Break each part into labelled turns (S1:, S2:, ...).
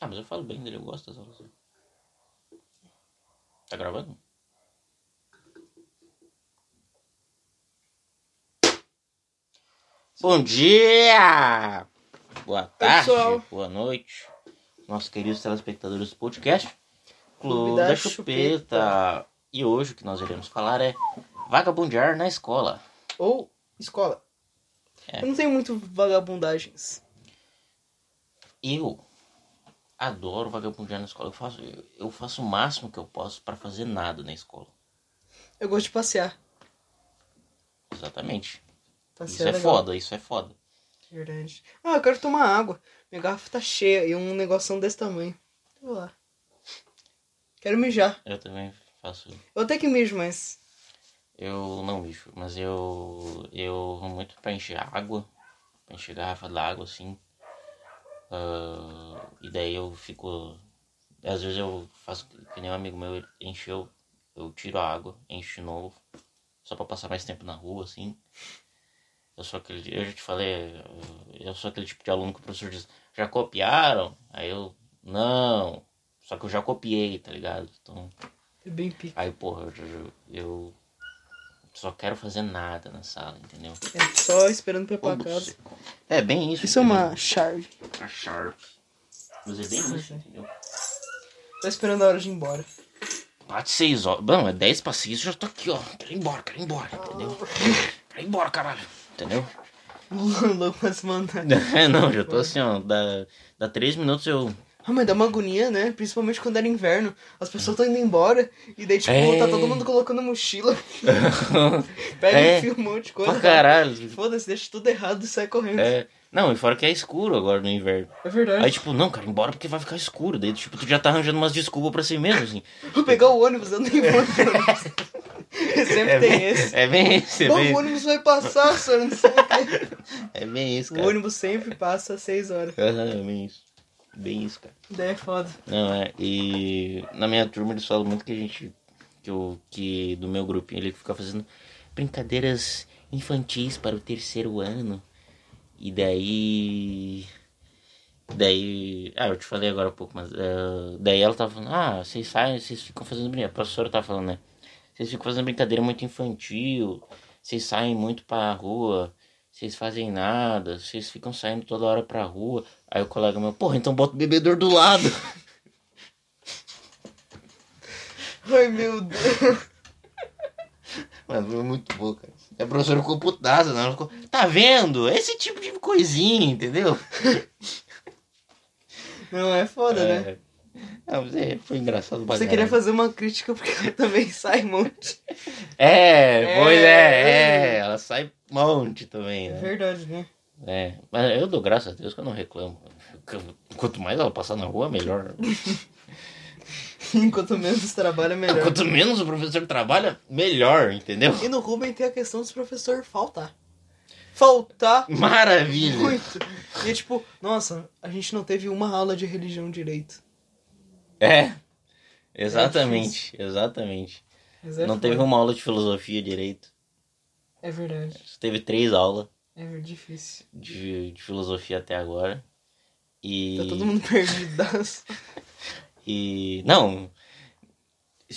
S1: Ah, mas eu falo bem dele, eu gosto das aulas dele. Tá gravando? Bom dia! Boa tarde,
S2: pessoal.
S1: boa noite, nossos queridos telespectadores do podcast Clube
S2: Clube
S1: da,
S2: da
S1: Chupeta. E hoje o que nós iremos falar é vagabundear na escola.
S2: Ou escola.
S1: É.
S2: Eu não tenho muito vagabundagens.
S1: Eu adoro vagabundear na escola. Eu faço, eu, eu faço o máximo que eu posso pra fazer nada na escola.
S2: Eu gosto de passear.
S1: Exatamente. isso
S2: Passear
S1: é
S2: legal.
S1: foda, isso é foda.
S2: Verdade. Ah, eu quero tomar água. Minha garrafa tá cheia e um negocinho desse tamanho. Vou lá. Quero mijar.
S1: Eu também faço.
S2: Eu até que mijo, mas.
S1: Eu não lixo, mas eu. Eu vou muito pra encher água. Pra encher garrafa d'água, assim. Ah, e daí eu fico. Às vezes eu faço que que nem um amigo meu ele encheu. Eu tiro a água, encho de novo. Só pra passar mais tempo na rua, assim. Eu sou aquele. Eu já te falei, eu- eu sou aquele tipo de aluno que o professor diz, já copiaram? Aí eu. Não! Só que eu já copiei, tá ligado? Então.
S2: É bem pica.
S1: Aí, porra, eu, eu- eu só quero fazer nada na sala, entendeu?
S2: É só esperando pra ir pra casa.
S1: É bem isso.
S2: Isso é
S1: entendeu?
S2: uma chave.
S1: A Sharp. Mas é bem
S2: Pois
S1: isso,
S2: é.
S1: entendeu?
S2: Tô esperando a hora de ir embora.
S1: Bate seis horas. Não, é 10 pra 6 eu já tô aqui, ó. Quero ir embora, quero ir embora, entendeu? Quero ir embora, caralho. Entendeu?
S2: Lucas, mano.
S1: É. Não, já tô assim, ó. Dá, dá 3 minutos eu.
S2: Ah, mas dá uma agonia, né? Principalmente quando era inverno. As pessoas estão indo embora. E daí, tipo,
S1: É.
S2: tá todo mundo colocando mochila. Pega
S1: É.
S2: e enfia um monte de coisa.
S1: Pra caralho.
S2: Foda-se, deixa tudo errado e sai correndo. É,
S1: É. Não, e fora que é escuro agora no inverno.
S2: verdade.
S1: Aí, tipo, não, cara, embora porque vai ficar escuro. Daí, tipo, tu já tá arranjando umas desculpas pra si mesmo, assim.
S2: Vou pegar o ônibus, eu nem vou no ônibus. Sempre
S1: É
S2: tem
S1: bem,
S2: esse.
S1: é bem esse, é
S2: Bom,
S1: bem
S2: o ônibus vai passar, senhor, não sei o quê.
S1: É bem isso,
S2: O
S1: cara.
S2: ônibus sempre passa às 6 horas.
S1: Aham, é bem isso. Bem isso, cara.
S2: Daí é foda.
S1: Não, é. E na minha turma eles falam muito que a gente. Que o que do meu grupinho ele fica fazendo brincadeiras infantis para o terceiro ano. E daí. Daí. Ah, eu te falei agora há pouco, mas. eh, daí ela tava falando, ah, vocês saem, vocês ficam fazendo brincadeira. A professora tava falando, né? Vocês ficam fazendo brincadeira muito infantil, vocês saem muito pra rua, vocês fazem nada, vocês ficam saindo toda hora pra rua. Aí o colega meu, porra, então bota o bebedor do lado.
S2: Ai, meu Deus.
S1: Mano, foi muito bom, cara. A professora ficou putada, né? Ela ficou, tá vendo? Esse tipo de coisinha, entendeu?
S2: Não, é foda, né?
S1: É. Não, mas é, foi engraçado pra
S2: Você
S1: caralho.
S2: queria fazer uma crítica porque ela também sai um monte.
S1: É, pois é,
S2: É.
S1: é. Ela sai um monte também,
S2: É
S1: né?
S2: verdade, né?
S1: É, mas eu dou graças a Deus que eu não reclamo. Quanto mais ela passar na rua, melhor.
S2: Enquanto menos trabalha, melhor.
S1: Quanto menos o professor trabalha, melhor, entendeu?
S2: E no Ruben tem a questão dos professores faltar. Faltar
S1: Maravilha!
S2: muito. E é tipo, nossa, a gente não teve uma aula de religião direito.
S1: É, exatamente, exatamente.
S2: Mas é
S1: Não
S2: foda.
S1: teve uma aula de filosofia direito,
S2: É verdade.
S1: teve três aulas.
S2: É ver- difícil.
S1: de, de filosofia até agora. E.
S2: Tá todo mundo perdidaço.
S1: E. Não!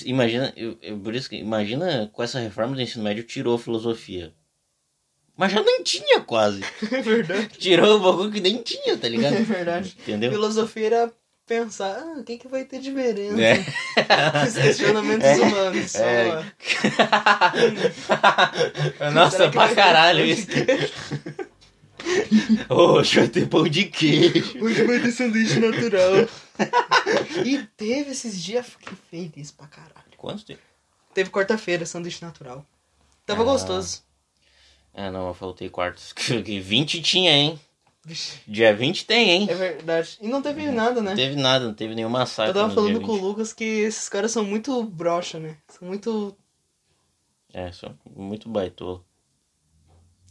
S1: Imagina. eu- eu- por isso que. Imagina com essa reforma do ensino médio tirou a filosofia. Mas já nem tinha quase.
S2: É verdade.
S1: Tirou o bagulho que nem tinha, tá ligado?
S2: É verdade.
S1: Entendeu?
S2: Filosofia era pensar, ah, o que, que vai ter de merenda?
S1: É.
S2: Os questionamentos
S1: É.
S2: humanos. só,
S1: É.
S2: ó.
S1: Nossa,
S2: Será que
S1: pra
S2: vai ter
S1: caralho
S2: pão de
S1: isso.
S2: queijo?
S1: Hoje vai ter pão de queijo.
S2: Hoje vai ter sanduíche natural. e teve esses dias, fiquei feliz pra caralho.
S1: Quanto tempo?
S2: Teve quarta-feira, sanduíche natural. Tava
S1: Ah.
S2: gostoso.
S1: Ah, não, eu faltei quartos. Que 20 tinha, hein?
S2: Vixe.
S1: Dia 20 tem, hein?
S2: É verdade. E não teve nada, né?
S1: Não teve nada, não É. teve nenhuma massacre.
S2: Eu tava
S1: no dia
S2: falando
S1: 20.
S2: com o Lucas que esses caras são muito broxa, né? São muito.
S1: É, são muito baitolo.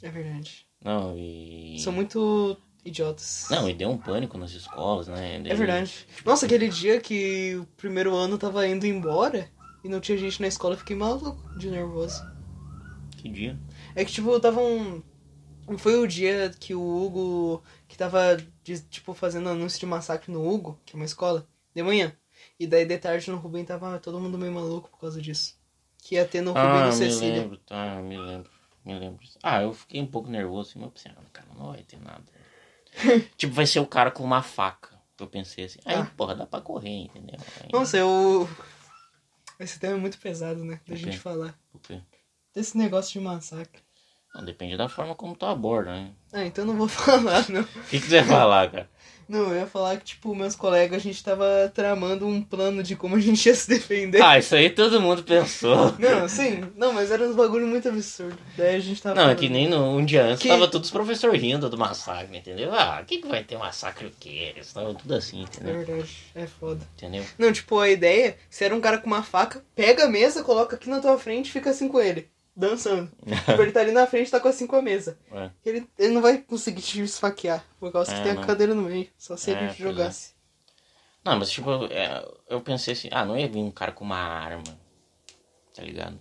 S2: É verdade.
S1: Não, e.
S2: São muito idiotas.
S1: Não, e deu um pânico nas escolas, né?
S2: É verdade. Nossa, aquele dia que o primeiro ano tava indo embora e não tinha gente na escola, eu fiquei maluco de nervoso.
S1: Que dia.
S2: É que, tipo, eu tava um. Foi o dia que o Hugo, que tava, de- tipo, fazendo anúncio de massacre no Hugo, que é uma escola, de manhã. E daí de tarde no Rubem tava todo mundo meio maluco por causa disso. Que ia ter no Rubem e
S1: Ah,
S2: no
S1: me
S2: Cecília.
S1: lembro, tá, me lembro, me lembro. Ah, eu fiquei um pouco nervoso, assim, mas eu pensei, ah, cara, não vai ter nada. tipo, vai ser o cara com uma faca. Eu pensei assim, aí,
S2: Ah.
S1: porra, dá pra correr, entendeu? Aí,
S2: Nossa, eu. Esse tema é muito pesado, né? Da
S1: Ok.
S2: gente falar.
S1: porque-
S2: Desse negócio de massacre.
S1: Não, depende da forma como tu aborda, né?
S2: Ah, então eu não vou falar, não.
S1: O que, que você vai falar, cara?
S2: Não, eu ia falar que, tipo, meus colegas, a gente tava tramando um plano de como a gente ia se defender.
S1: Ah, isso aí todo mundo pensou.
S2: Não, sim. Não, mas era um bagulho muito absurdo. Daí a gente tava.
S1: Não, é
S2: falando-
S1: que nem no, um dia antes
S2: Que-
S1: tava todos os professores rindo do massacre, entendeu? Ah, o que, que vai ter massacre o quê? Eles estavam tudo assim,
S2: É
S1: entendeu?
S2: verdade, é foda.
S1: Entendeu?
S2: Não, tipo, a ideia, se era um cara com uma faca, pega a mesa, coloca aqui na tua frente e fica assim com ele, dançando. tipo, ele tá ali na frente, tá com assim com a mesa.
S1: É.
S2: Ele, ele não vai conseguir te esfaquear, por causa que
S1: É,
S2: tem a
S1: não.
S2: cadeira no meio, só se
S1: É,
S2: ele
S1: pois é.
S2: jogasse.
S1: Não, mas tipo, é, eu pensei assim, ah, não ia vir um cara com uma arma, tá ligado?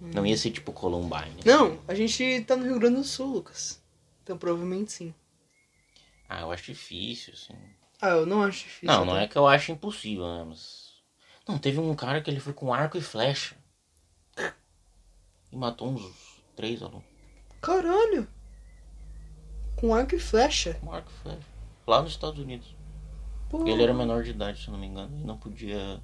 S1: Não ia ser tipo Columbine.
S2: Não, a gente tá no Rio Grande do Sul, Lucas. Então provavelmente sim.
S1: Ah, eu acho difícil, assim.
S2: Ah, eu não acho difícil. né?
S1: não, não é que eu acho impossível, né? Mas. Não, teve um cara que ele foi com arco e flecha. E matou uns três alunos.
S2: Caralho! Com arco e flecha.
S1: Com arco e flecha. Lá nos Estados Unidos.
S2: Pô,
S1: Porque ele era menor de idade, se eu não me engano. E não podia.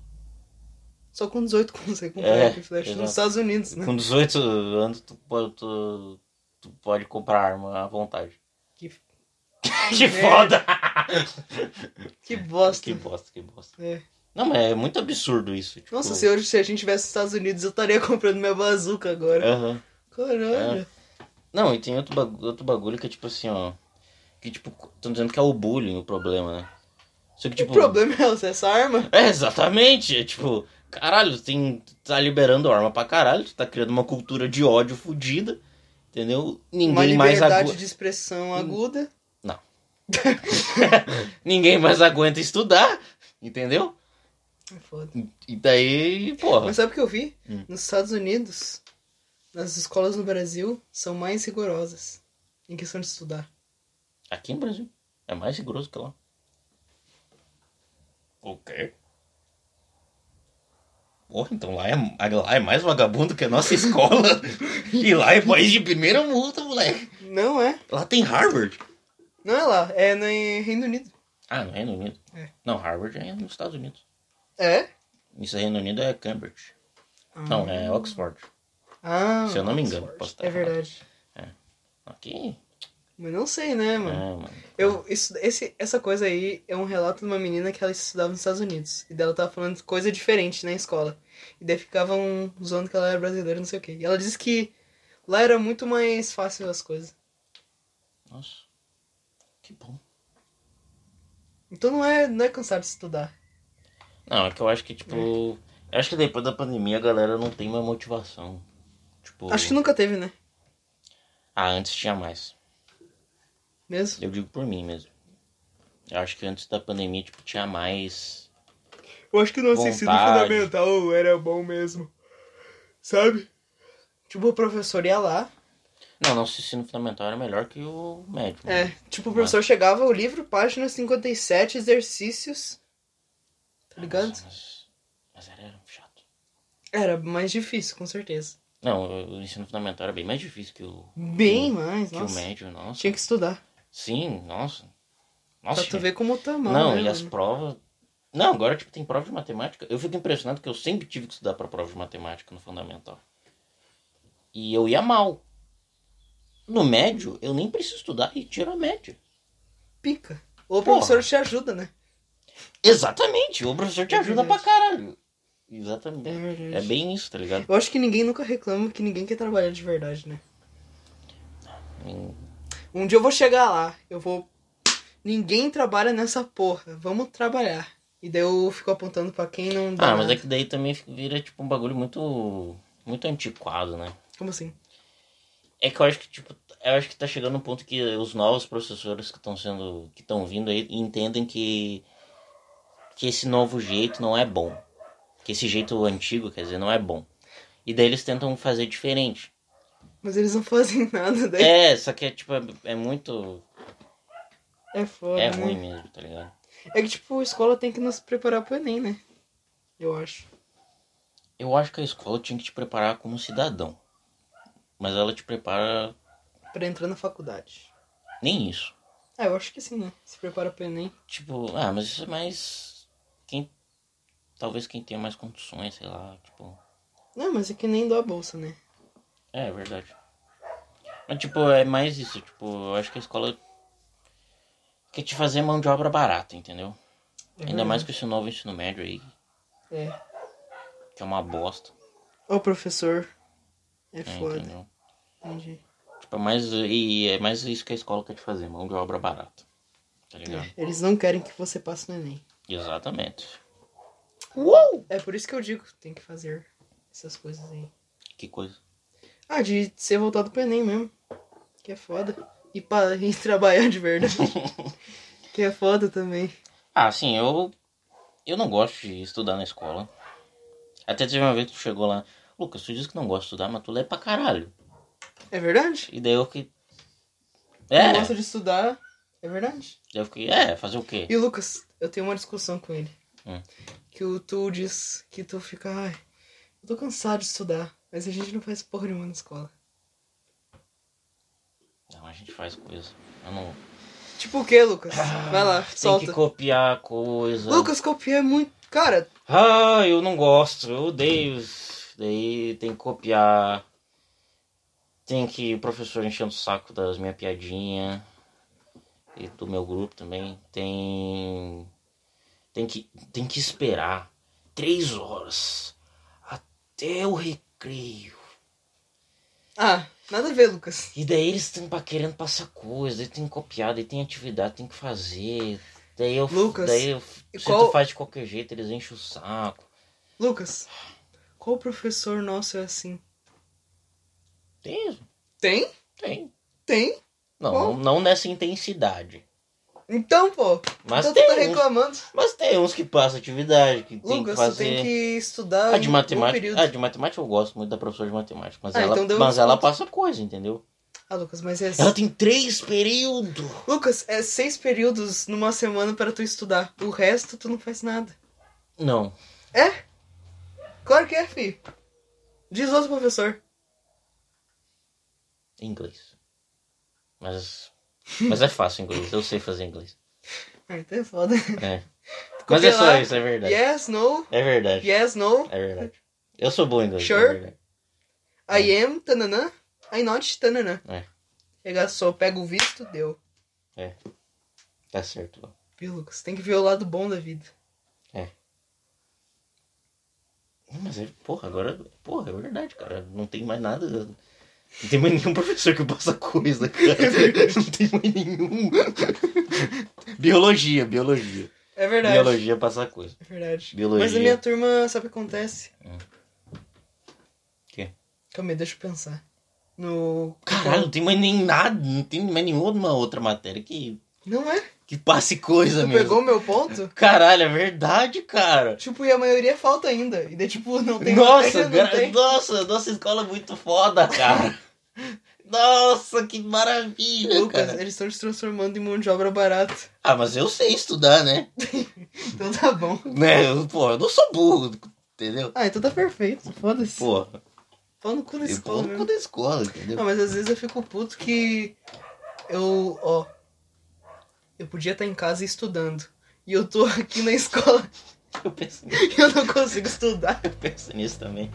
S2: Só com 18 consegue comprar
S1: É,
S2: arco e flecha
S1: exato.
S2: nos Estados Unidos, né?
S1: Com 18 anos, tu pode, tu, tu pode comprar arma à vontade.
S2: Que,
S1: que foda!
S2: que bosta.
S1: que bosta, que bosta.
S2: É.
S1: Não, mas é muito absurdo isso. Tipo,
S2: Nossa, se hoje se a gente tivesse nos Estados Unidos, eu estaria comprando minha bazuca agora.
S1: Aham. É,
S2: Caralho.
S1: Não, e tem outro, bagu- outro bagulho que é tipo assim, ó. Que tipo, estão dizendo que é o bullying o problema, né? Só que tipo.
S2: O problema é usar essa arma.
S1: É, exatamente. É tipo, caralho, tu tem, tu tá liberando arma pra caralho, tu tá criando uma cultura de ódio fodida, entendeu?
S2: Uma
S1: Ninguém mais Hum.
S2: liberdade
S1: aguenta.
S2: de expressão aguda.
S1: Ninguém mais aguenta estudar, entendeu?
S2: É foda.
S1: E daí, porra.
S2: Mas sabe o que eu vi?
S1: Hum.
S2: Nos Estados Unidos, as escolas no Brasil são mais rigorosas em questão de estudar.
S1: Aqui no Brasil. É mais rigoroso que lá. O quê? Porra, então lá é, lá é mais vagabundo que a nossa escola. e lá é país de primeira multa, moleque.
S2: Não é?
S1: Lá tem Harvard.
S2: Não é lá, é no Reino Unido.
S1: Ah, no Reino Unido.
S2: É.
S1: Não, Harvard é nos Estados Unidos.
S2: É?
S1: Isso é Reino Unido é Cambridge. Não, é Oxford.
S2: Ah,
S1: Se eu não me engano,
S2: sorte.
S1: posso estar
S2: É
S1: errado.
S2: verdade.
S1: Aqui.
S2: Mas não sei, né,
S1: É,
S2: mano?
S1: mano.
S2: Eu, isso, esse, essa coisa aí é um relato de uma menina que ela estudava nos Estados Unidos. E dela tava falando coisa diferente na escola. E daí ficavam zoando que ela era brasileira, não sei o quê. E ela disse que lá era muito mais fácil as coisas.
S1: Nossa. Que bom.
S2: Então não é, não é cansado de estudar.
S1: Não, é que eu acho que, tipo. Eu acho que depois da pandemia a galera não tem mais motivação. Tipo.
S2: Acho que nunca teve, né?
S1: Ah, antes tinha mais.
S2: Mesmo?
S1: Eu digo por mim mesmo. Eu acho que antes da pandemia, tipo, tinha mais.
S2: Eu acho que no
S1: ensino Vontade.
S2: fundamental era bom mesmo. Sabe? Tipo, o professor ia lá.
S1: Não, nosso ensino fundamental era melhor que o médio.
S2: É,
S1: né?
S2: tipo, o professor chegava, o livro, página 57, exercícios. Tá ligado?
S1: Nossa, Mas, mas era chato.
S2: Era mais difícil, com certeza.
S1: Não, o ensino fundamental era bem mais difícil que o,
S2: Bem mais,
S1: Hum, que o
S2: nossa.
S1: médio, nossa.
S2: Tinha que estudar.
S1: Sim, nossa. Nossa.
S2: pra tu ver como tá mal,
S1: não,
S2: né,
S1: e as
S2: mano?
S1: provas. Não, agora tipo tem prova de matemática. Eu fico impressionado que eu sempre tive que estudar pra prova de matemática no fundamental. E eu ia mal. No médio, eu nem preciso estudar e tiro a média.
S2: Pica. Ou o
S1: Porra.
S2: professor te ajuda, né?
S1: Exatamente, o professor te
S2: É
S1: ajuda pra
S2: verdade.
S1: caralho. Exatamente.
S2: verdade.
S1: É bem isso, tá ligado?
S2: Eu acho que ninguém nunca reclama que ninguém quer trabalhar de verdade, né?
S1: Hum,
S2: Um dia eu vou chegar lá, eu vou... Ninguém trabalha nessa porra, vamos trabalhar. E daí eu fico apontando pra quem não dá
S1: Ah, mas
S2: nada.
S1: é que daí também vira tipo um bagulho muito muito antiquado, né?
S2: Como assim?
S1: É que eu acho que, tipo, eu acho que tá chegando um ponto que os novos professores que estão sendo. que estão vindo aí entendem que. que esse novo jeito não é bom. Que esse jeito antigo, quer dizer, não é bom. E daí eles tentam fazer diferente.
S2: Mas eles não fazem nada daí.
S1: É, só que é tipo, é- é muito.
S2: É, foda.
S1: É
S2: né?
S1: ruim mesmo, tá ligado?
S2: É que, tipo, a escola tem que nos preparar pro Enem, né? Eu acho.
S1: Eu acho que a escola tinha que te preparar como cidadão. Mas ela te prepara
S2: Pra entrar na faculdade.
S1: nem isso.
S2: Ah, eu acho que sim, né? Se prepara pro Enem.
S1: Tipo, ah, mas isso é mais. Quem. Talvez quem tenha mais condições, sei lá, tipo.
S2: Não, mas é que nem dá a bolsa, né?
S1: É, é verdade. Mas tipo, é mais isso, tipo, eu acho que a escola quer te fazer mão de obra barata, entendeu? Ainda mais com esse novo ensino médio aí,
S2: É.
S1: que é uma bosta.
S2: Ô, professor. É
S1: né,
S2: foda.
S1: entendeu?
S2: Entendi.
S1: Tipo, é mais, e é mais isso que a escola quer te fazer, mão de obra barata. Tá ligado?
S2: Eles não querem que você passe no Enem.
S1: Exatamente.
S2: Uou! É por isso que eu digo que tem que fazer essas coisas aí.
S1: Que coisa.
S2: Ah, de ser voltado pro Enem mesmo. Que é foda. E, pa... e trabalhar de verdade. que é foda também.
S1: Ah, sim, eu. Eu não gosto de estudar na escola. Até teve uma vez que tu chegou lá, Lucas, tu diz que não gosta de estudar, mas tu lê pra caralho.
S2: É verdade?
S1: E daí eu fiquei.
S2: Eu
S1: É,
S2: gosto de estudar. É verdade?
S1: daí eu fiquei, é, fazer o quê?
S2: E o Lucas, eu tenho uma discussão com ele.
S1: Hum.
S2: Que o tu diz que tu fica, ai, eu tô cansado de estudar, mas a gente não faz porra nenhuma na escola.
S1: Não, a gente faz coisa. Eu não.
S2: Tipo o que, Lucas? Vai lá,
S1: Ah, Tem que
S2: solta.
S1: copiar coisa.
S2: Lucas, copiar é muito. Cara,
S1: Ah, eu não gosto, eu odeio. isso. Daí tem que copiar. Tem que o professor enchendo o saco das minhas piadinhas. E do meu grupo também. Tem. Tem que, tem que esperar três horas até o recreio.
S2: ah, nada a ver, Lucas.
S1: E daí eles estão querendo passar coisa, daí tem que copiar, daí tem atividade, tem que fazer. Daí eu.
S2: Lucas,
S1: daí eu
S2: e
S1: se
S2: qual-
S1: tu faz de qualquer jeito, eles enchem o saco.
S2: Lucas, qual professor nosso é assim?
S1: Tem,
S2: Tem?
S1: tem.
S2: Tem?
S1: Não,
S2: Bom.
S1: não, não nessa intensidade.
S2: Então, pô,
S1: Mas
S2: então tu
S1: tem,
S2: tá
S1: uns,
S2: reclamando.
S1: mas tem uns que passam atividade, que tem que
S2: Lucas, tu
S1: fazer.
S2: tem que estudar
S1: Ah, de
S2: um- um
S1: matemática.
S2: período.
S1: Ah, de matemática eu gosto muito da professora de matemática. Mas,
S2: Ah,
S1: ela,
S2: então deu um
S1: mas ela
S2: desconto.
S1: passa coisa, entendeu?
S2: Ah, Lucas, mas é assim.
S1: Ela tem três períodos.
S2: Lucas, é seis períodos numa semana para tu estudar. O resto tu não faz nada.
S1: Não.
S2: É? Claro que é, filho. Diz outro professor.
S1: em Inglês. Mas. Mas é fácil inglês. Eu sei fazer inglês.
S2: Ah, então é foda.
S1: É. Mas é só
S2: lá.
S1: isso, é verdade.
S2: Yes, no.
S1: É verdade.
S2: Yes, no.
S1: É verdade. Eu sou bom em inglês.
S2: Sure.
S1: É verdade.
S2: I am, tananã. I not, tananã.
S1: É.
S2: Pegar só, pega o visto, deu.
S1: tá certo. Lau.
S2: Viu, Lucas? Tem que ver o lado bom da vida.
S1: Não, Mas é, porra, agora. Porra, é verdade, cara. Não tem mais nada. Não tem mais nenhum professor que passa coisa, cara. Não tem mais nenhum. Biologia, biologia.
S2: É verdade.
S1: Biologia passa coisa.
S2: É verdade.
S1: Biologia. É.
S2: Mas na minha turma, sabe o que acontece?
S1: Quê?
S2: Calma aí, deixa eu pensar. No.
S1: Caralho, não tem mais nem nada. Não tem mais nenhuma outra matéria que,
S2: Não é?
S1: que passe coisa
S2: Tu
S1: mesmo.
S2: pegou o meu ponto?
S1: Caralho, é verdade, cara.
S2: Tipo, e a maioria falta ainda. E daí, tipo, não tem
S1: Nossa,
S2: matéria,
S1: gra-
S2: não tem.
S1: nossa, nossa escola é muito foda, cara. nossa, que maravilha,
S2: Lucas,
S1: cara.
S2: eles estão se transformando em mão de obra barata.
S1: Ah, mas eu sei estudar, né?
S2: Então tá bom.
S1: né? eu- Pô, eu não sou burro, entendeu?
S2: Ah, então tá perfeito. Foda-se.
S1: Pô,
S2: Fala no cu da
S1: eu
S2: escola
S1: coloco
S2: mesmo.
S1: da escola, entendeu?
S2: Não, mas às vezes eu fico puto que eu, ó, eu podia estar em casa estudando. E eu tô aqui na escola
S1: Eu penso,
S2: e eu não consigo estudar.
S1: eu penso nisso também.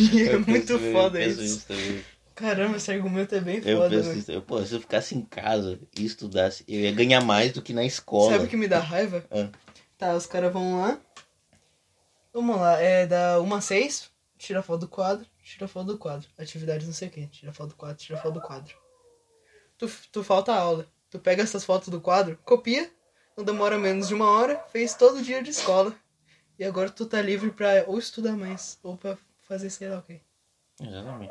S2: E é
S1: Eu penso-
S2: muito
S1: eu
S2: foda
S1: penso
S2: isso.
S1: nisso também.
S2: Caramba, esse argumento é bem
S1: Eu
S2: foda,
S1: penso
S2: né?
S1: nisso também. Pô, se eu ficasse em casa e estudasse, eu ia ganhar mais do que na escola.
S2: Sabe o que me dá raiva?
S1: Ah.
S2: Tá, os caras vão lá. Vamos lá, é da 1 a 6, tira foto do quadro, tira foto do quadro. Atividades não sei o que, tira foto do quadro, tira foto do quadro. Tu, tu falta a aula. Tu pega essas fotos do quadro, copia, não demora menos de uma hora, fez todo dia de escola. E agora tu tá livre pra ou estudar mais, ou pra fazer sei lá o quê.
S1: Exatamente.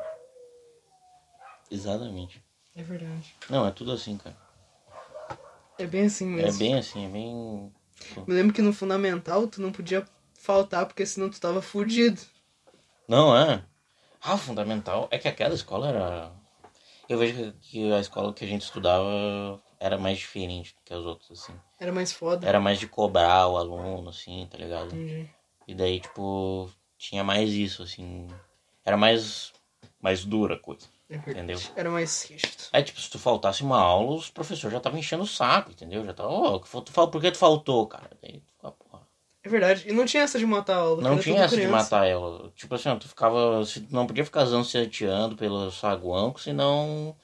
S1: Exatamente.
S2: É verdade.
S1: Não, é tudo assim, cara.
S2: É bem assim
S1: É
S2: mesmo.
S1: bem assim, é bem.
S2: Me lembro que no fundamental tu não podia faltar, porque senão tu tava fudido.
S1: Não, é. Ah, o fundamental é que aquela escola era. Eu vejo que a escola que a gente estudava era mais diferente do que as outras, assim.
S2: Era mais foda.
S1: Era mais de cobrar o aluno, assim, tá ligado?
S2: Entendi.
S1: E daí, tipo, tinha mais isso, assim. Era mais. mais dura a coisa.
S2: É verdade.
S1: Entendeu?
S2: Era mais rígido.
S1: Aí, tipo, se tu faltasse uma aula, os professores já estavam enchendo o saco, entendeu? Já tava, ó, que fal- tu fal- por que tu faltou, cara? Daí, tu fica, porra.
S2: É verdade. E não tinha essa de matar a aula.
S1: Não
S2: era
S1: tinha
S2: é tudo
S1: essa de
S2: criança.
S1: matar ela. Tipo assim, ó, tu ficava. se- Não podia ficar zanceteando pelo saguão, que senão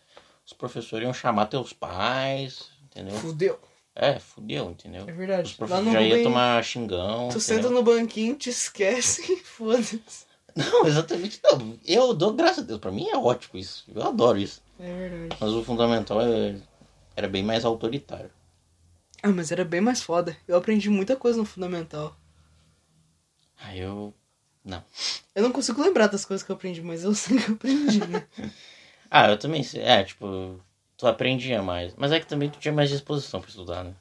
S1: os professores iam chamar teus pais, entendeu?
S2: Fudeu.
S1: É, fudeu, entendeu?
S2: É
S1: Os
S2: verdade. Lá
S1: professores
S2: no
S1: já iam
S2: Rubem,
S1: tomar né? xingão.
S2: tu
S1: entendeu?
S2: senta no banquinho, te esquece. Foda-se.
S1: Não, exatamente não. Eu dou graças a Deus. Pra mim é ótimo isso. Eu adoro isso.
S2: É verdade.
S1: Mas o fundamental é- era bem mais autoritário.
S2: Ah, mas era bem mais foda. Eu aprendi muita coisa no fundamental.
S1: Aí eu.
S2: Eu não consigo lembrar das coisas que eu aprendi, mas eu sei que eu aprendi, né?
S1: Ah, eu também. sei- É, tipo. Tu aprendia mais. Mas é que também tu tinha mais disposição pra estudar, né?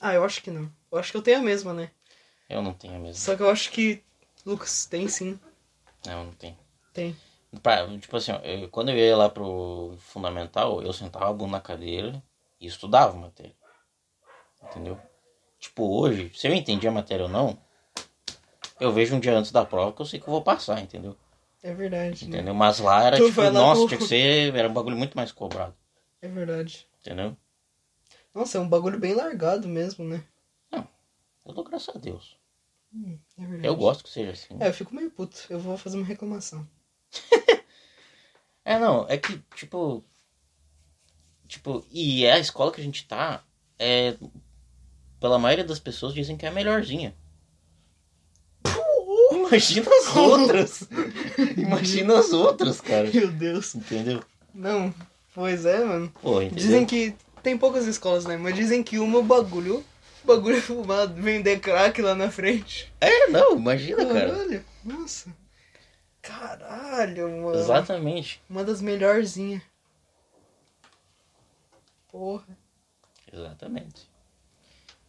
S2: ah, eu acho que não. Eu acho que eu tenho a mesma, né?
S1: Eu não tenho mesmo.
S2: Só que eu acho que. Lucas, tem sim.
S1: Não, eu não tenho.
S2: Tem.
S1: Pra- tipo assim, ó, eu- quando eu ia lá pro fundamental, eu sentava a bunda na cadeira e estudava a matéria. Entendeu? Tipo, hoje, se eu entendi a matéria ou não, eu vejo um dia antes da prova que eu sei que eu vou passar, entendeu?
S2: É verdade. né?
S1: Entendeu? Mas lá era
S2: Tu
S1: tipo,
S2: vai lá
S1: nossa,
S2: no-
S1: tinha que ser. Era um bagulho muito mais cobrado,
S2: É verdade.
S1: entendeu?
S2: Nossa, é um bagulho bem largado mesmo, né?
S1: Eu dou graças a Deus.
S2: É verdade.
S1: Eu gosto que seja assim.
S2: É, eu fico meio puto. Eu vou fazer uma reclamação.
S1: É, não, é que, tipo. Tipo, e é a escola que a gente tá, é. Pela maioria das pessoas dizem que é a melhorzinha. Imagina as outras! Imagina as outras, cara.
S2: Meu Deus.
S1: Entendeu?
S2: Não. Pois é, mano.
S1: Pô, entendeu?
S2: Dizem que tem poucas escolas, né? Mas dizem que uma o bagulho. O bagulho é fumado, vender crack lá na frente.
S1: É, não, imagina, cara.
S2: Caralho. Nossa. Caralho, mano.
S1: Exatamente.
S2: Uma das melhorzinhas. Porra.
S1: Exatamente.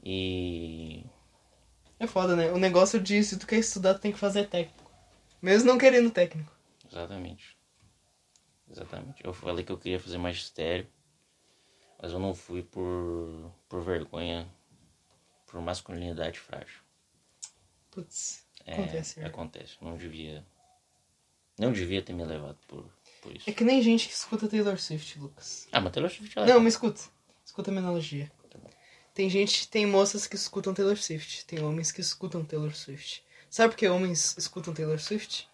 S1: E.
S2: É foda, né? O negócio de se tu quer estudar, tu tem que fazer técnico. Mesmo não querendo técnico.
S1: Exatamente. Exatamente. Eu falei que eu queria fazer magistério, mas eu não fui por, por vergonha, por masculinidade frágil.
S2: Putz.
S1: É,
S2: Acontece, né?
S1: Acontece. Não devia. Não devia ter me levado por, por isso.
S2: É que nem gente que escuta Taylor Swift, Lucas.
S1: Ah, mas Taylor Swift ela é
S2: Não, mas escuta. Escuta a minha analogia. Tem gente, tem moças que escutam Taylor Swift. Tem homens que escutam Taylor Swift. Sabe por que homens escutam Taylor Swift?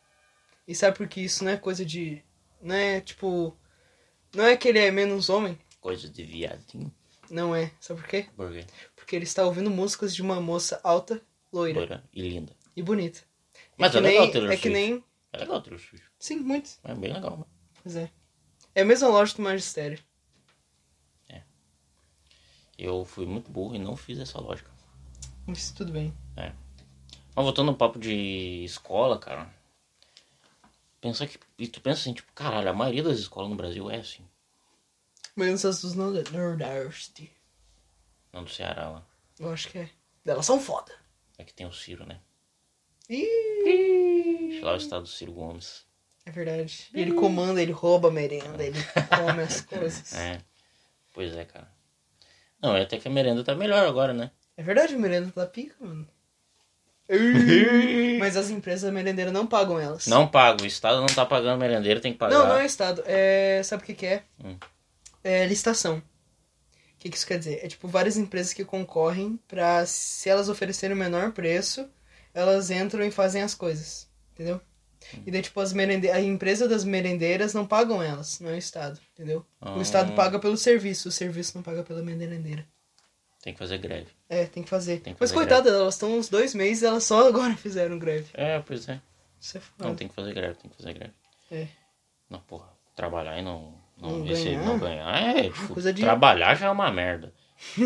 S2: E sabe por que isso não é coisa de. Não é tipo. Não é que ele é menos homem?
S1: coisa de viadinho.
S2: Não é. Sabe por quê?
S1: Porque
S2: Porque ele está ouvindo músicas de uma moça alta, loira
S1: loira e linda.
S2: e bonita.
S1: Mas
S2: é. que
S1: é legal
S2: nem,
S1: Taylor
S2: É que
S1: Swift.
S2: nem.
S1: É legal Taylor Swift.
S2: Sim, muito.
S1: É bem legal, né?
S2: Pois é. É a mesma lógica do magistério.
S1: Eu fui muito burro e não fiz essa lógica.
S2: Mas tudo bem.
S1: Mas voltando ao papo de escola, cara. Pensar que. E tu pensa assim, tipo, caralho, a maioria das escolas no Brasil é assim.
S2: Menos as dos Nord- Nordeste.
S1: Não do Ceará lá.
S2: Eu acho que é. Elas são foda.
S1: É que tem o Ciro, né?
S2: Ih,
S1: Sei lá, o estado do Ciro Gomes.
S2: é verdade. Ele comanda, ele rouba a merenda, ele come as coisas. É,
S1: É. Pois é, cara. Não, é até que a merenda tá melhor agora, né?
S2: verdade, a merenda tá pica, mano. Mas as empresas merendeiras não pagam elas.
S1: Não pago. O estado não tá pagando merendeiro, tem que pagar.
S2: Não, não é Estado. É, sabe o que, que é?
S1: Hum.
S2: É licitação. O que, que isso quer dizer? É tipo várias empresas que concorrem pra, se elas oferecerem o menor preço, elas entram e fazem as coisas. Entendeu?
S1: Hum.
S2: E daí, tipo, as merende... a empresa das merendeiras não pagam elas, não é o Estado, entendeu? O
S1: Ah.
S2: Estado paga pelo serviço, o serviço não paga pela merendeira.
S1: Tem que fazer greve.
S2: É, tem que fazer.
S1: Tem que
S2: Mas
S1: fazer
S2: coitada, elas estão uns dois meses e elas só agora fizeram greve.
S1: É, pois é.
S2: Isso é foda.
S1: Não, tem que fazer greve, tem que fazer greve.
S2: É.
S1: Não, porra. Trabalhar e não, não,
S2: Não
S1: receber,
S2: ganhar? Ah,
S1: não ganhar é. Tipo,
S2: Coisa de-
S1: Trabalhar já é uma merda.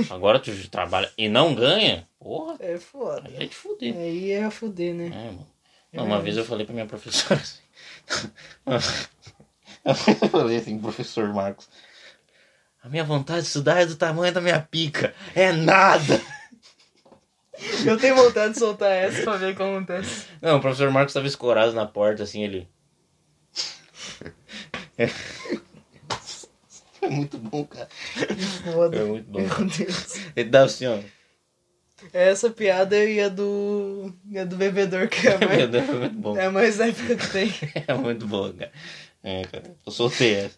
S1: Agora tu trabalha e não ganha, porra,
S2: É foda.
S1: aí é de fuder.
S2: Aí é a fuder, né?
S1: É, mano.
S2: É
S1: Não, uma
S2: verdade.
S1: vez eu falei pra minha professora assim. eu falei assim, professor Marcos. A minha vontade de estudar é do tamanho da minha pica. É nada!
S2: Eu tenho vontade de tá soltar essa pra ver o que acontece.
S1: assim, Não, o professor Marcos tava escorado na porta, assim, ele. É muito bom, cara.
S2: Foda.
S1: É muito bom.
S2: Meu Deus.
S1: Ele dava assim, ó.
S2: Essa piada e a do. e a do bebedor, que é a
S1: Meu
S2: mais,
S1: Deus, é muito bom.
S2: é a mais épica que tem.
S1: É muito bom, cara. É, cara. Eu soltei essa.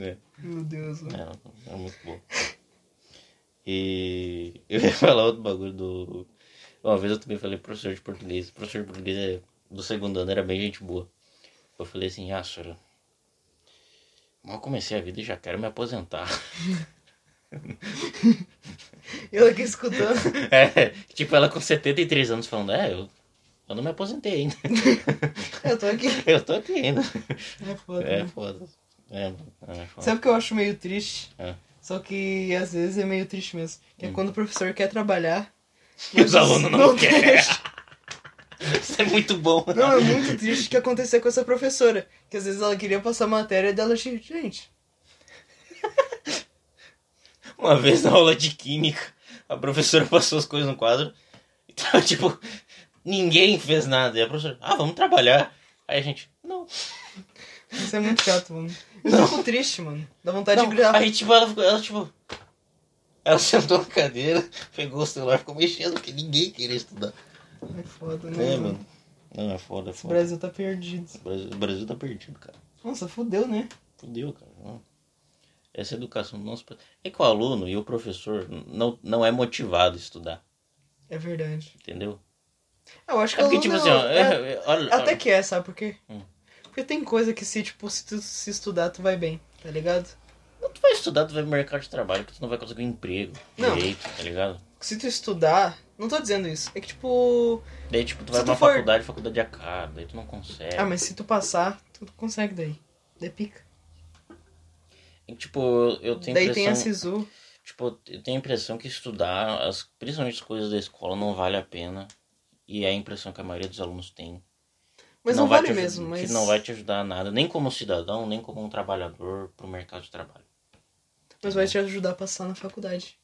S1: É.
S2: Meu Deus, mano.
S1: É, é muito bom. E eu ia falar outro bagulho do. Uma vez eu também falei pro professor de português. O professor de português é- do segundo ano era bem gente boa. Eu falei assim, ah, senhora, mal comecei a vida e já quero me aposentar.
S2: E ela aqui escutando.
S1: É, tipo, ela com 73 anos falando, é, eu, eu não me aposentei ainda.
S2: Eu tô aqui.
S1: Eu tô aqui ainda.
S2: É foda.
S1: É
S2: né?
S1: foda. É, é foda.
S2: Sabe o que eu acho meio triste?
S1: É. Hum.
S2: Só que às vezes é meio triste mesmo. Que é quando o professor quer trabalhar.
S1: E os alunos não,
S2: não
S1: querem.
S2: deixa.
S1: Isso é muito bom.
S2: Não, é muito triste o que acontecer com essa professora. Que às vezes ela queria passar matéria e dela, gente,
S1: Uma vez na aula de química, a professora passou as coisas no quadro. Então, tipo, ninguém fez nada. E a professora, ah, vamos trabalhar. Aí a gente, não.
S2: isso é muito chato, mano. Eu fico triste, mano. Dá vontade
S1: não.
S2: Tá de gritar.
S1: Aí, tipo, ela ficou, ela, tipo. Ela sentou na cadeira, pegou o celular, ficou mexendo, porque ninguém queria estudar.
S2: É foda, né?
S1: É, mano. Não, é foda, é
S2: O
S1: foda.
S2: Brasil tá perdido.
S1: O Brasil, o Brasil tá perdido, cara.
S2: Nossa, fudeu, né?
S1: Fudeu, cara. Não. Essa educação do nosso. pa- É que o aluno e o professor não, não é motivado a estudar,
S2: É verdade.
S1: entendeu?
S2: Eu acho
S1: É
S2: que
S1: porque,
S2: aluno
S1: tipo
S2: é-
S1: assim, ó,
S2: é-
S1: é- é- olha,
S2: Até
S1: olha-
S2: que é, sabe por quê?
S1: Hum.
S2: Porque tem coisa que se, tipo, se tu se estudar, tu vai bem, tá ligado?
S1: Tu vai estudar, tu vai pro mercado de trabalho, que tu não vai conseguir um emprego
S2: Não.
S1: direito, tá ligado?
S2: Se tu estudar, não tô dizendo isso. É que, tipo.
S1: Daí, tipo, tu
S2: Se
S1: vai pra
S2: tu
S1: uma
S2: for-
S1: faculdade, faculdade acaba, daí tu não consegue.
S2: Ah, mas se tu passar, tu consegue daí. Daí pica.
S1: E, tipo, eu, eu tenho a
S2: daí
S1: impressão...
S2: tem a Sisu.
S1: Tipo, eu tenho a impressão que estudar, as, principalmente as coisas da escola, não vale a pena. E é a impressão que a maioria dos alunos tem.
S2: Mas
S1: Que
S2: não,
S1: vai
S2: vale
S1: te aju-
S2: mesmo, mas.
S1: Que não vai te ajudar a nada, nem como cidadão, nem como um trabalhador pro mercado de trabalho.
S2: Mas vai te ajudar a passar na faculdade.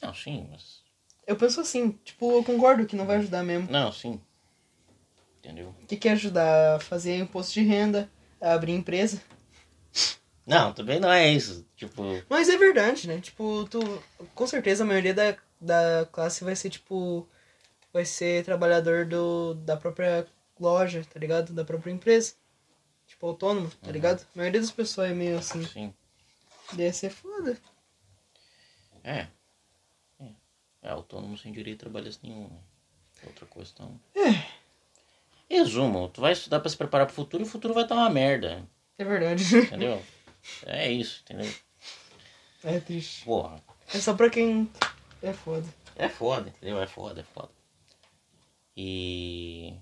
S1: Não, sim, mas...
S2: Eu penso assim, tipo, eu concordo que não vai ajudar mesmo.
S1: Não, sim. Entendeu?
S2: O que que é ajudar? Fazer imposto de renda, abrir empresa.
S1: Não, também não é isso. Tipo...
S2: Mas é verdade, né? Tipo, tu. Com certeza a maioria da, da classe vai ser, tipo. Vai ser trabalhador do, da própria loja, tá ligado? Da própria empresa. Tipo, autônomo, tá
S1: Uhum.
S2: ligado? A maioria das pessoas é meio assim.
S1: Sim.
S2: Daí ser foda.
S1: É. É. É autônomo sem direito a trabalhista nenhum. né? É Outra questão. É. Resumo, tu vai estudar pra se preparar pro futuro e o futuro vai dar uma merda.
S2: É verdade.
S1: Entendeu? é isso, entendeu?
S2: É triste.
S1: Porra.
S2: É só pra quem é foda.
S1: É foda, entendeu? É foda, é foda. E.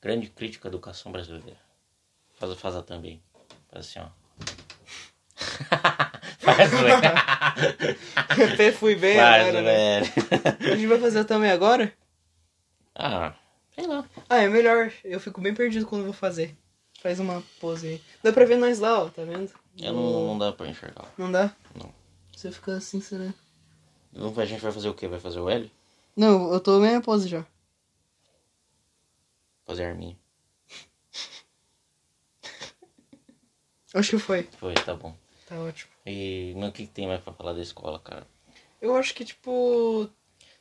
S1: Grande crítica à educação brasileira. Faz, faz a também. Faz assim, ó. faz, velho.
S2: Até fui bem
S1: faz,
S2: agora, né?
S1: velho.
S2: A gente vai fazer também agora?
S1: ah, sei lá.
S2: Ah, é melhor. Eu fico bem perdido quando vou fazer. Faz uma pose aí. Dá pra ver nós lá, ó, tá vendo?
S1: Eu não, não dá pra enxergar.
S2: Não dá?
S1: Não.
S2: Você fica assim, será?
S1: Vamos ver, A gente vai fazer o quê? Vai fazer o L?
S2: Não, eu tô meia pose já.
S1: Fazer arminha.
S2: Acho que foi.
S1: Foi, tá bom.
S2: Tá ótimo.
S1: E mas o que que tem mais pra falar da escola, cara?
S2: Eu acho que, tipo.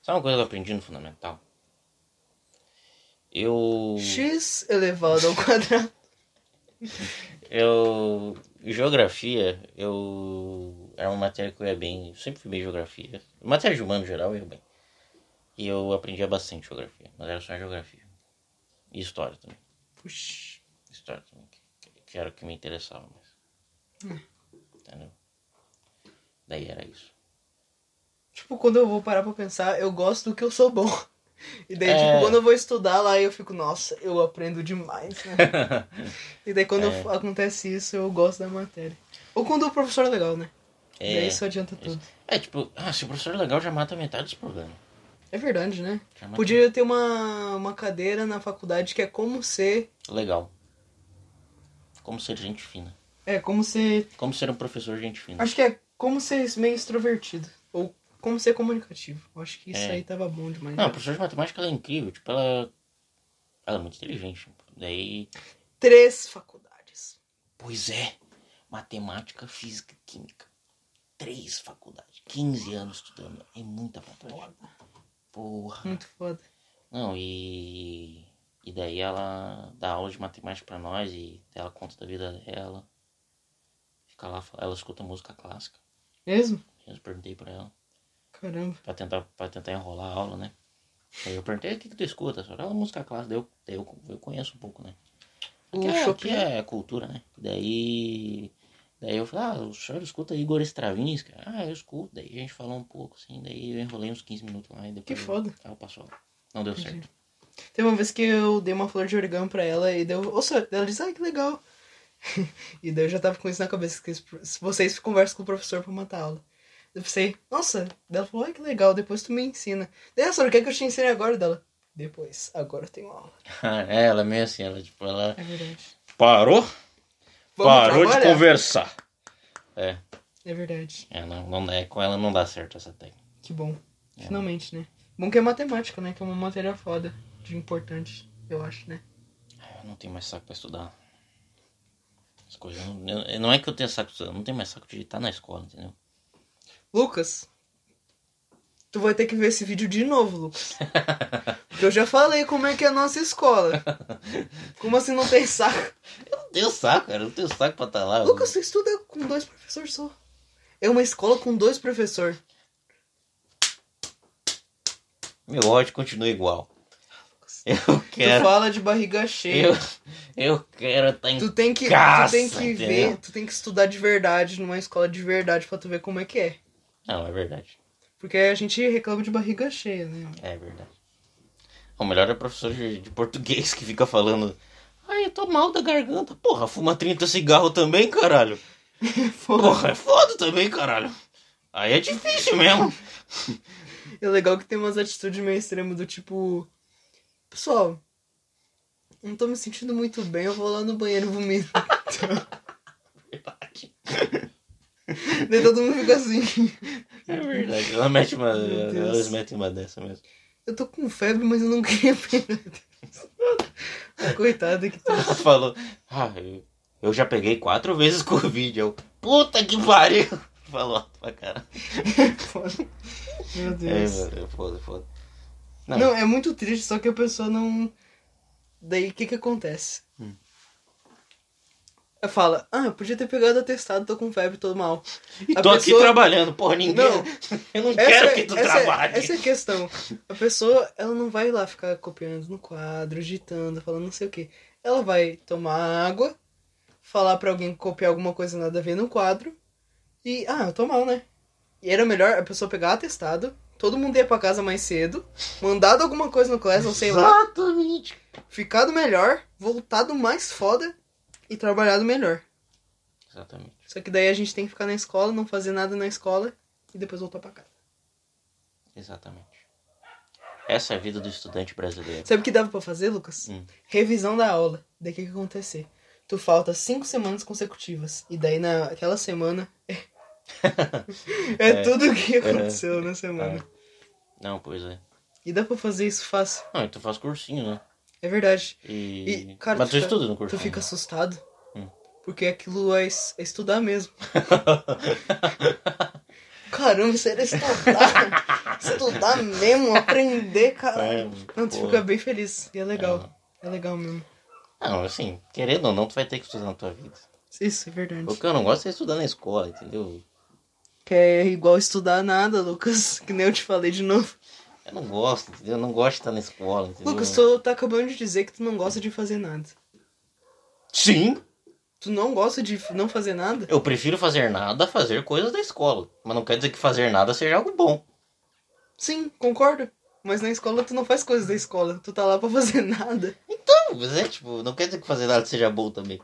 S1: Sabe uma coisa que eu aprendi no fundamental? Eu.
S2: X elevado ao quadrado.
S1: Eu. Geografia, eu. Era uma matéria que eu ia bem. Eu sempre fui bem em geografia. Matéria de humano em geral, eu ia bem. E eu aprendia bastante geografia. Mas era só geografia. E história também.
S2: Puxa.
S1: História também. Que, que era o que me interessava mais. Entendeu? Daí era isso.
S2: Tipo, quando eu vou parar pra pensar, eu gosto do que eu sou bom. E daí,
S1: É.
S2: tipo, quando eu vou estudar lá, eu fico, nossa, eu aprendo demais, né? E daí quando eu- acontece isso, eu gosto da matéria. Ou quando o professor é legal, né?
S1: É.
S2: Daí isso adianta tudo.
S1: É, tipo, ah, se o professor é legal, já mata metade dos problemas.
S2: É verdade, né?
S1: Já mata
S2: Podia ter uma, uma cadeira na faculdade que é como ser.
S1: Legal. Como ser gente fina.
S2: É, como ser.
S1: Como ser um professor gente fina.
S2: Acho que é como ser meio extrovertido. Ou como ser comunicativo. Eu acho que isso
S1: É.
S2: aí tava bom demais.
S1: Não, a
S2: Não.
S1: professora de matemática ela é incrível. Tipo, ela. Ela é muito inteligente. Daí.
S2: Três faculdades.
S1: Pois é. matemática, física e química. Três faculdades. 15 anos estudando. É muita matemática. Porra.
S2: Muito foda.
S1: Não, e. E daí ela dá aula de matemática pra nós e ela conta da vida dela. Fica lá, ela escuta música clássica.
S2: Mesmo?
S1: Eu perguntei pra ela.
S2: Caramba.
S1: Pra tentar, pra tentar enrolar a aula, né? Aí eu perguntei, o que, que tu escuta? Só ela "Ah, música clássica, daí eu, daí eu, eu conheço um pouco, né?
S2: O
S1: Que é,
S2: Chopin.
S1: que é cultura, né? Daí. Daí eu falei, ah, o senhor escuta Igor Stravinsky? Ah, eu escuto. Daí a gente falou um pouco, assim, daí eu enrolei uns 15 minutos lá e depois.
S2: Que
S1: eu-
S2: foda.
S1: Ela passou. Não deu certo.
S2: Teve uma vez que eu dei uma flor de origami pra ela e deu. Ouça, ela disse, ai que legal. e daí eu já tava com isso na cabeça, que se vocês conversam com o professor pra matar a aula. Eu pensei, nossa, daí ela falou, ai que legal, depois tu me ensina. Daí ela senhora, o que é que eu te ensine agora dela? Depois, agora eu tenho aula.
S1: é, ela meio assim, ela tipo, ela
S2: É verdade.
S1: parou, parou de
S2: trabalhar.
S1: conversar. É,
S2: É verdade.
S1: é, não, não é, com ela não dá certo essa técnica.
S2: Que bom.
S1: É.
S2: Finalmente, né? Bom que é matemática, né? Que é uma matéria foda, de importante, eu acho, né?
S1: Ah, Eu não tenho mais saco pra estudar. As coisas, não, eu- não é que eu tenha saco de estudar, eu não tenho mais saco de estar na escola, entendeu?
S2: Lucas, tu vai ter que ver esse vídeo de novo, Lucas. Porque eu já falei como é que é a nossa escola. Como assim não tem saco?
S1: Eu não tenho saco, cara, eu não tenho saco pra estar lá.
S2: Lucas, tu estuda com dois professores só. É uma escola com dois professores.
S1: Meu ódio continua igual.
S2: Lucas.
S1: Eu
S2: Tu
S1: quero.
S2: fala de barriga cheia.
S1: Eu, eu quero estar em.
S2: Tu tem que,
S1: Caça,
S2: tu tem que
S1: entendeu?
S2: ver, tu tem que estudar de verdade numa escola de verdade pra tu ver como é que é.
S1: Não, é verdade.
S2: Porque a gente reclama de barriga cheia, né?
S1: É verdade. O melhor é o professor de, de português que fica falando. Ai, eu tô mal da garganta. Porra, fuma 30 cigarro também, caralho. Porra, é foda também, caralho. Aí é difícil mesmo.
S2: É legal que tem umas atitudes meio extremas do tipo. Pessoal, não tô me sentindo muito bem, eu vou lá no banheiro e vomito.
S1: Verdade.
S2: Daí todo mundo fica assim.
S1: É verdade. Ela mete uma.
S2: Meu Deus.
S1: Elas metem uma dessa mesmo.
S2: Eu tô com febre, mas eu não queria pegar. Ah, Coitada que tá.
S1: Ela falou. Ah, eu, eu já peguei quatro vezes Covid. Eu. Puta que pariu! Falou alto pra caralho.
S2: foda. Meu
S1: É,
S2: Deus.
S1: mano, é foda, foda. Não.
S2: Não, é muito triste, só que a pessoa não. Daí o que que acontece?
S1: Hum.
S2: Ela fala, ah, eu podia ter pegado atestado, tô com febre, tô mal.
S1: E
S2: A
S1: tô aqui
S2: pessoa-
S1: trabalhando, porra, ninguém.
S2: Não.
S1: Eu não
S2: Essa
S1: quero
S2: é-
S1: que tu
S2: essa é-
S1: trabalhe.
S2: Essa é a questão. A pessoa, ela não vai lá ficar copiando no quadro, digitando, falando não sei o que. Ela vai tomar água, falar pra alguém copiar alguma coisa nada a ver no quadro e, ah, eu tô mal, né? E era melhor a pessoa pegar atestado, todo mundo ia pra casa mais cedo, mandado alguma coisa no class, ou sei lá,
S1: Exatamente.
S2: ficado melhor, voltado mais foda e trabalhado melhor.
S1: Exatamente.
S2: Só que daí a gente tem que ficar na escola, não fazer nada na escola e depois voltar pra casa.
S1: Exatamente. Essa é a vida do estudante brasileiro.
S2: Sabe o que dava pra fazer, Lucas?
S1: Hum.
S2: Revisão da aula. Daí o que, que ia acontecer? Tu falta cinco semanas consecutivas. E daí naquela semana. é
S1: É.
S2: tudo o que aconteceu na semana.
S1: Ah, Não, pois é.
S2: E dá pra fazer isso fácil.
S1: Não, e tu faz cursinho, né?
S2: É verdade.
S1: E.
S2: E, cara,
S1: Mas
S2: tu
S1: tu
S2: fica-
S1: estuda no cursinho.
S2: Tu fica assustado.
S1: Hum.
S2: Porque aquilo é, es- é estudar mesmo. Caramba, isso era estudar. estudar mesmo, aprender,
S1: É,
S2: caralho. Não, tu
S1: pô.
S2: fica bem feliz. E é legal. É legal mesmo.
S1: Não, assim, querendo ou não, tu vai ter que estudar na tua vida.
S2: Isso, é verdade.
S1: O que eu não gosto é estudar na escola, entendeu?
S2: Que é igual estudar nada, Lucas. Que nem eu te falei de novo.
S1: Eu não gosto, entendeu? Eu não gosto de estar na escola, entendeu?
S2: Lucas, tu tá acabando de dizer que tu não gosta de fazer nada.
S1: Sim,
S2: Tu não gosta de não fazer nada?
S1: eu prefiro fazer nada a fazer coisas da escola. Mas não quer dizer que fazer nada seja algo bom.
S2: Sim, concordo. Mas na escola tu não faz coisas da escola. Tu tá lá pra fazer nada.
S1: Então, mas é tipo, não quer dizer que fazer nada seja bom também.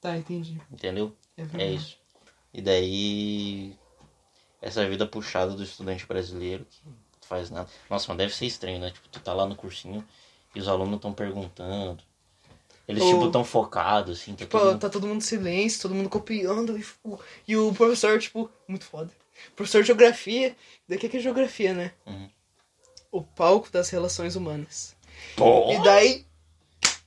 S2: Tá, entendi.
S1: Entendeu?
S2: É
S1: É
S2: verdade.
S1: isso. E daí. Essa vida puxada do estudante brasileiro que não faz nada. Nossa, mas deve ser estranho, né? Tipo, tu tá lá no cursinho e os alunos estão perguntando. Eles,
S2: Ou-
S1: tipo, tão focados, assim. Tá
S2: Tipo,
S1: todo
S2: ó,
S1: mundo-
S2: tá todo mundo em silêncio, todo mundo copiando. E, o- e o professor, tipo, muito foda. Professor de geografia. Daqui que é geografia, né?
S1: Uhum.
S2: O palco das relações humanas.
S1: Pô,
S2: E daí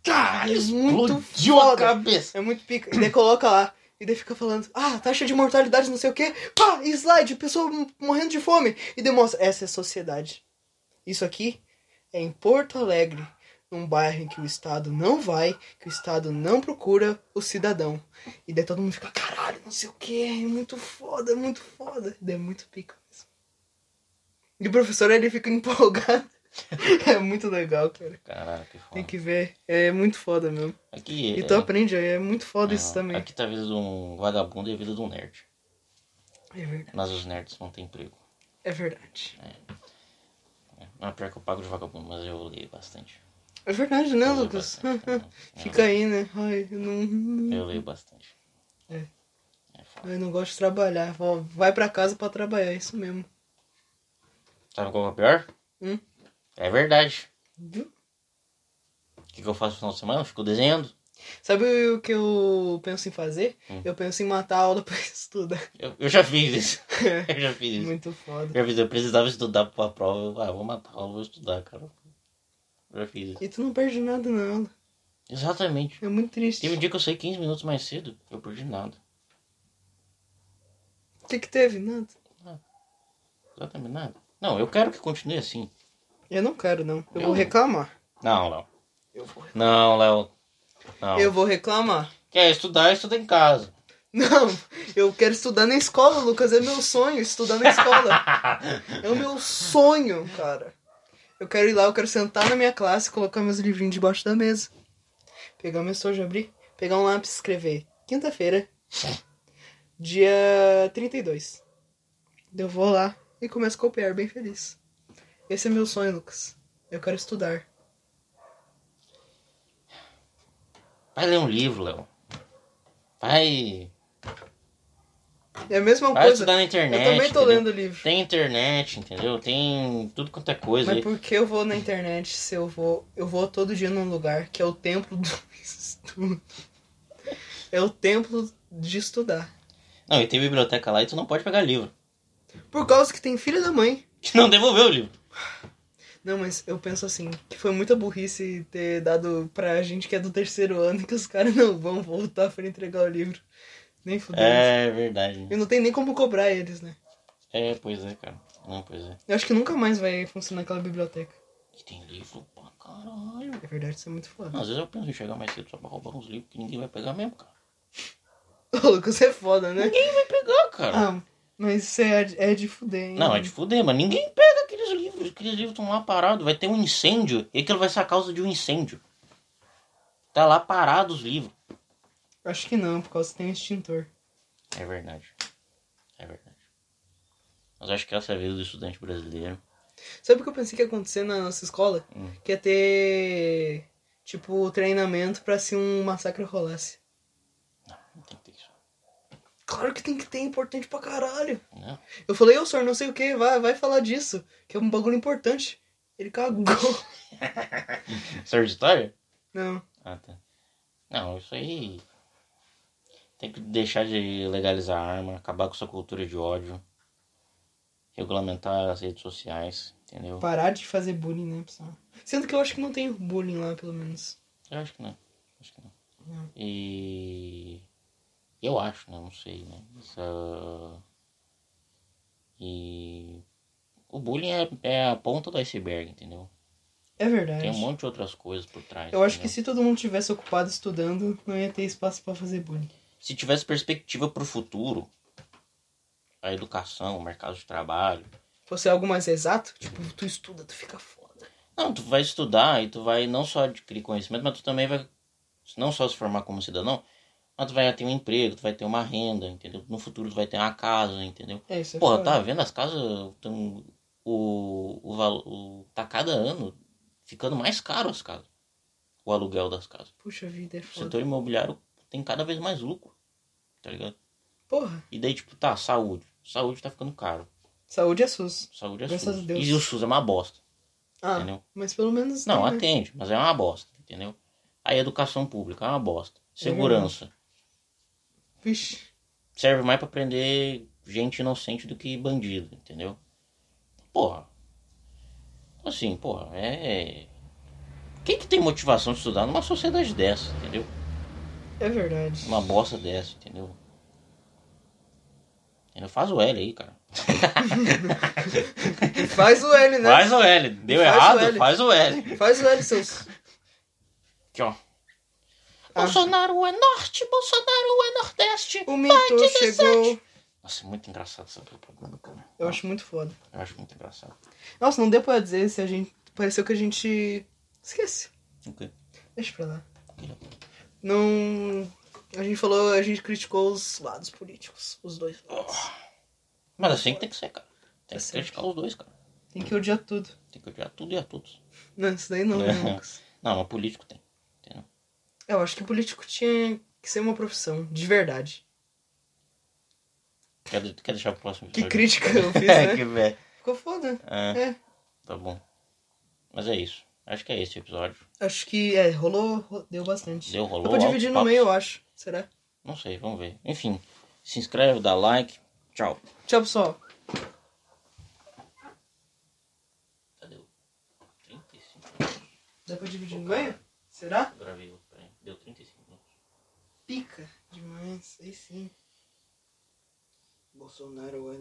S1: caralho,
S2: muito
S1: explodiu a
S2: é foda.
S1: cabeça.
S2: É muito pica. E daí coloca lá. E daí fica falando, ah, taxa de mortalidade não sei o quê. Pá, e slide, pessoa m- morrendo de fome. E demonstra, essa é a sociedade. Isso aqui é em Porto Alegre, num bairro em que o Estado não vai, que o Estado não procura o cidadão. E daí todo mundo fica, caralho, não sei o quê, é muito foda, é muito foda. E daí é muito pica mesmo. E o professor, ele fica empolgado. é muito legal, cara.
S1: Caraca, que foda.
S2: Tem que ver, é muito foda mesmo.
S1: Aqui,
S2: E
S1: é-
S2: tu aprende, é muito foda
S1: ah,
S2: isso também.
S1: Aqui tá a vida de um vagabundo e a vida de um nerd.
S2: É verdade.
S1: Mas os nerds não têm emprego.
S2: É verdade.
S1: né? Não é pior que eu pago de vagabundo, mas eu leio bastante.
S2: É verdade, né,
S1: Eu leio
S2: Lucas?
S1: bastante, né? Eu
S2: Fica aí, né? Ai, eu não,
S1: Eu leio bastante.
S2: É.
S1: É foda.
S2: eu não gosto de trabalhar. Vó, Vai pra casa pra trabalhar, é isso mesmo.
S1: Sabe qual que é o pior?
S2: Hum?
S1: É verdade.
S2: Viu?
S1: O que, que eu faço no final de semana? Eu fico desenhando.
S2: Sabe o que eu penso em fazer?
S1: Hum.
S2: Eu penso em matar a aula pra estudar.
S1: Eu, eu já fiz isso. Eu já fiz isso.
S2: Muito foda.
S1: Já fiz, eu precisava estudar pra prova. Eu, ah, vou matar, eu vou estudar, cara. Eu já fiz isso.
S2: E tu não perde nada na aula.
S1: Exatamente.
S2: É muito triste.
S1: Teve um dia que eu saí 15 minutos mais cedo, eu perdi nada.
S2: O que que teve? Nada.
S1: Exatamente nada. Não, eu quero que continue assim.
S2: Eu não quero, não. Eu
S1: Eu
S2: vou
S1: não.
S2: reclamar.
S1: Não, Léo.
S2: Eu vou,
S1: Não, Léo. Não.
S2: eu vou reclamar.
S1: Quer estudar, estuda em casa.
S2: Não, eu quero estudar na escola, Lucas. É meu sonho estudar na escola. É o meu sonho, cara. Eu quero ir lá, eu quero sentar na minha classe, colocar meus livrinhos debaixo da mesa. Pegar meu estojo, abrir, pegar um lápis e escrever. Quinta-feira, dia 32. Eu vou lá e começo a copiar bem feliz. Esse é meu sonho, Lucas. Eu quero estudar.
S1: Vai ler um livro, Léo. Vai.
S2: É a mesma
S1: Vai
S2: coisa.
S1: estudar na
S2: Eu
S1: internet.
S2: também tô
S1: entendeu?
S2: lendo livro.
S1: Tem internet, entendeu? Tem tudo quanto é coisa.
S2: Mas
S1: aí.
S2: por que eu vou na internet se eu vou. Eu vou todo dia num lugar que é o templo do estudo. É o templo de estudar.
S1: Não, e tem biblioteca lá e tu não pode pegar livro.
S2: Por causa que tem filha da mãe.
S1: Tu não devolveu o livro.
S2: Não, mas eu penso assim, que foi muita burrice ter dado pra gente que é do terceiro ano que os caras não vão voltar pra entregar o livro. Nem fudendo.
S1: É verdade. né?
S2: E não tem nem como cobrar eles, né?
S1: É, pois é, cara. Não, pois é.
S2: Eu acho que nunca mais vai funcionar aquela biblioteca.
S1: E tem livro pra caralho.
S2: É verdade, isso é muito foda.
S1: Não, às vezes eu penso em chegar mais cedo só pra roubar uns livros que ninguém vai pegar mesmo, cara.
S2: Ô, Lucas, é foda, né?
S1: Vai pegar, cara.
S2: Ah, mas isso é, é de fuder, hein?
S1: Não, é de fuder, mas ninguém pega aqueles livros. Aqueles livros estão lá parados. Vai ter um incêndio e aquilo vai ser a causa de um incêndio. Tá lá parado os livros.
S2: Acho que não, por causa que tem um extintor.
S1: É verdade. É verdade. Mas acho que essa é a vida do estudante brasileiro.
S2: Sabe o que eu pensei que ia acontecer na nossa escola?
S1: Hum.
S2: Que ia ter, tipo, treinamento pra se um massacre rolasse.
S1: Não tem que ter isso.
S2: Claro que tem que ter, é importante pra caralho.
S1: Não.
S2: Eu falei, ô, senhor, não sei o que, vai, vai falar disso, que é um bagulho importante. Ele cagou.
S1: Senhor de história?
S2: não,
S1: Ah, tá. Não, isso aí. Tem que deixar de legalizar a arma, acabar com essa cultura de ódio, regulamentar as redes sociais, entendeu?
S2: parar de fazer bullying, né, pessoal? Sendo que eu acho que não tem bullying lá, pelo menos.
S1: Eu acho que não. Acho que não.
S2: Não.
S1: E. Eu acho, né? Não sei, né? Mas, ah, E. O bullying é, é a ponta do iceberg, entendeu?
S2: É verdade.
S1: Tem um monte né? de outras coisas por trás.
S2: Eu acho que
S1: entendeu?
S2: se todo mundo tivesse ocupado estudando, não ia ter espaço pra fazer bullying.
S1: se tivesse perspectiva pro futuro, a educação, o mercado de trabalho.
S2: Fosse algo mais exato, tipo, tu estuda, tu fica foda.
S1: Não, tu vai estudar e tu vai não só adquirir conhecimento, mas tu também vai não só se formar como cidadão, mas tu vai ter um emprego, tu vai ter uma renda, entendeu? No futuro tu vai ter uma casa, entendeu?
S2: É isso. é
S1: Porra,
S2: foda.
S1: tá vendo as casas tão, o, o valor tá cada ano ficando mais caro as casas. O aluguel das casas.
S2: Puxa vida, é
S1: O
S2: foda.
S1: setor imobiliário tem cada vez mais lucro, tá ligado?
S2: Porra,
S1: E daí tipo, tá, saúde. Saúde tá ficando caro.
S2: saúde é SUS.
S1: Saúde é
S2: Graças
S1: SUS.
S2: a Deus.
S1: E o SUS é uma bosta,
S2: Ah,
S1: entendeu?
S2: mas pelo menos.
S1: É, né? Não,
S2: tem, né?
S1: atende, mas é uma bosta, entendeu? Aí educação pública é uma
S2: Uhum.
S1: bosta. Segurança.
S2: Vixe,
S1: Serve mais pra prender gente inocente do que bandido, entendeu? Porra. Assim, porra, é. Quem que tem motivação de estudar numa sociedade dessa, entendeu?
S2: é verdade.
S1: Uma bosta dessa, entendeu? Ainda faz o L aí, cara.
S2: Faz o L, né?
S1: Faz o L. Deu
S2: Faz o
S1: errado?
S2: L.
S1: Faz o L.
S2: Faz o L, seus.
S1: Aqui, ó.
S2: Ah.
S1: Bolsonaro é norte, Bolsonaro é nordeste.
S2: O mito chegou.
S1: Nossa, é muito engraçado essa propaganda, cara.
S2: Eu acho muito foda.
S1: Eu acho muito engraçado.
S2: Nossa, não deu pra dizer se a gente. Pareceu que a gente. Esquece.
S1: O quê?
S2: Deixa pra lá. Não. A gente falou, a gente criticou os lados políticos. Os dois lados.
S1: Mas assim que tem que ser, cara. Tem
S2: Tá
S1: que
S2: certo.
S1: criticar os dois, cara.
S2: Tem que odiar tudo.
S1: Tem que odiar tudo e a todos.
S2: Não, isso daí não, né,
S1: Não.
S2: Lucas?
S1: Não, mas político tem.
S2: Eu acho que político tinha que ser uma profissão, de verdade.
S1: Quer, de- quer deixar pro próximo
S2: Que
S1: episódio?
S2: crítica eu fiz,
S1: É,
S2: né?
S1: que velho.
S2: Ficou foda.
S1: É,
S2: É.
S1: tá bom. Mas é isso. Acho que é esse o episódio.
S2: Acho que é, rolou, ro- deu bastante.
S1: Deu, rolou.
S2: Eu vou
S1: altos
S2: dividir no
S1: papos.
S2: meio, eu acho. Será?
S1: Não sei, vamos ver. Enfim, se inscreve, dá like. Tchau.
S2: Tchau, pessoal.
S1: Cadê o 35?
S2: Dá pra dividir no meio? Será?
S1: Gravei outro, peraí. Deu 35 minutos.
S2: Pica demais, aí sim. Bolsonaro é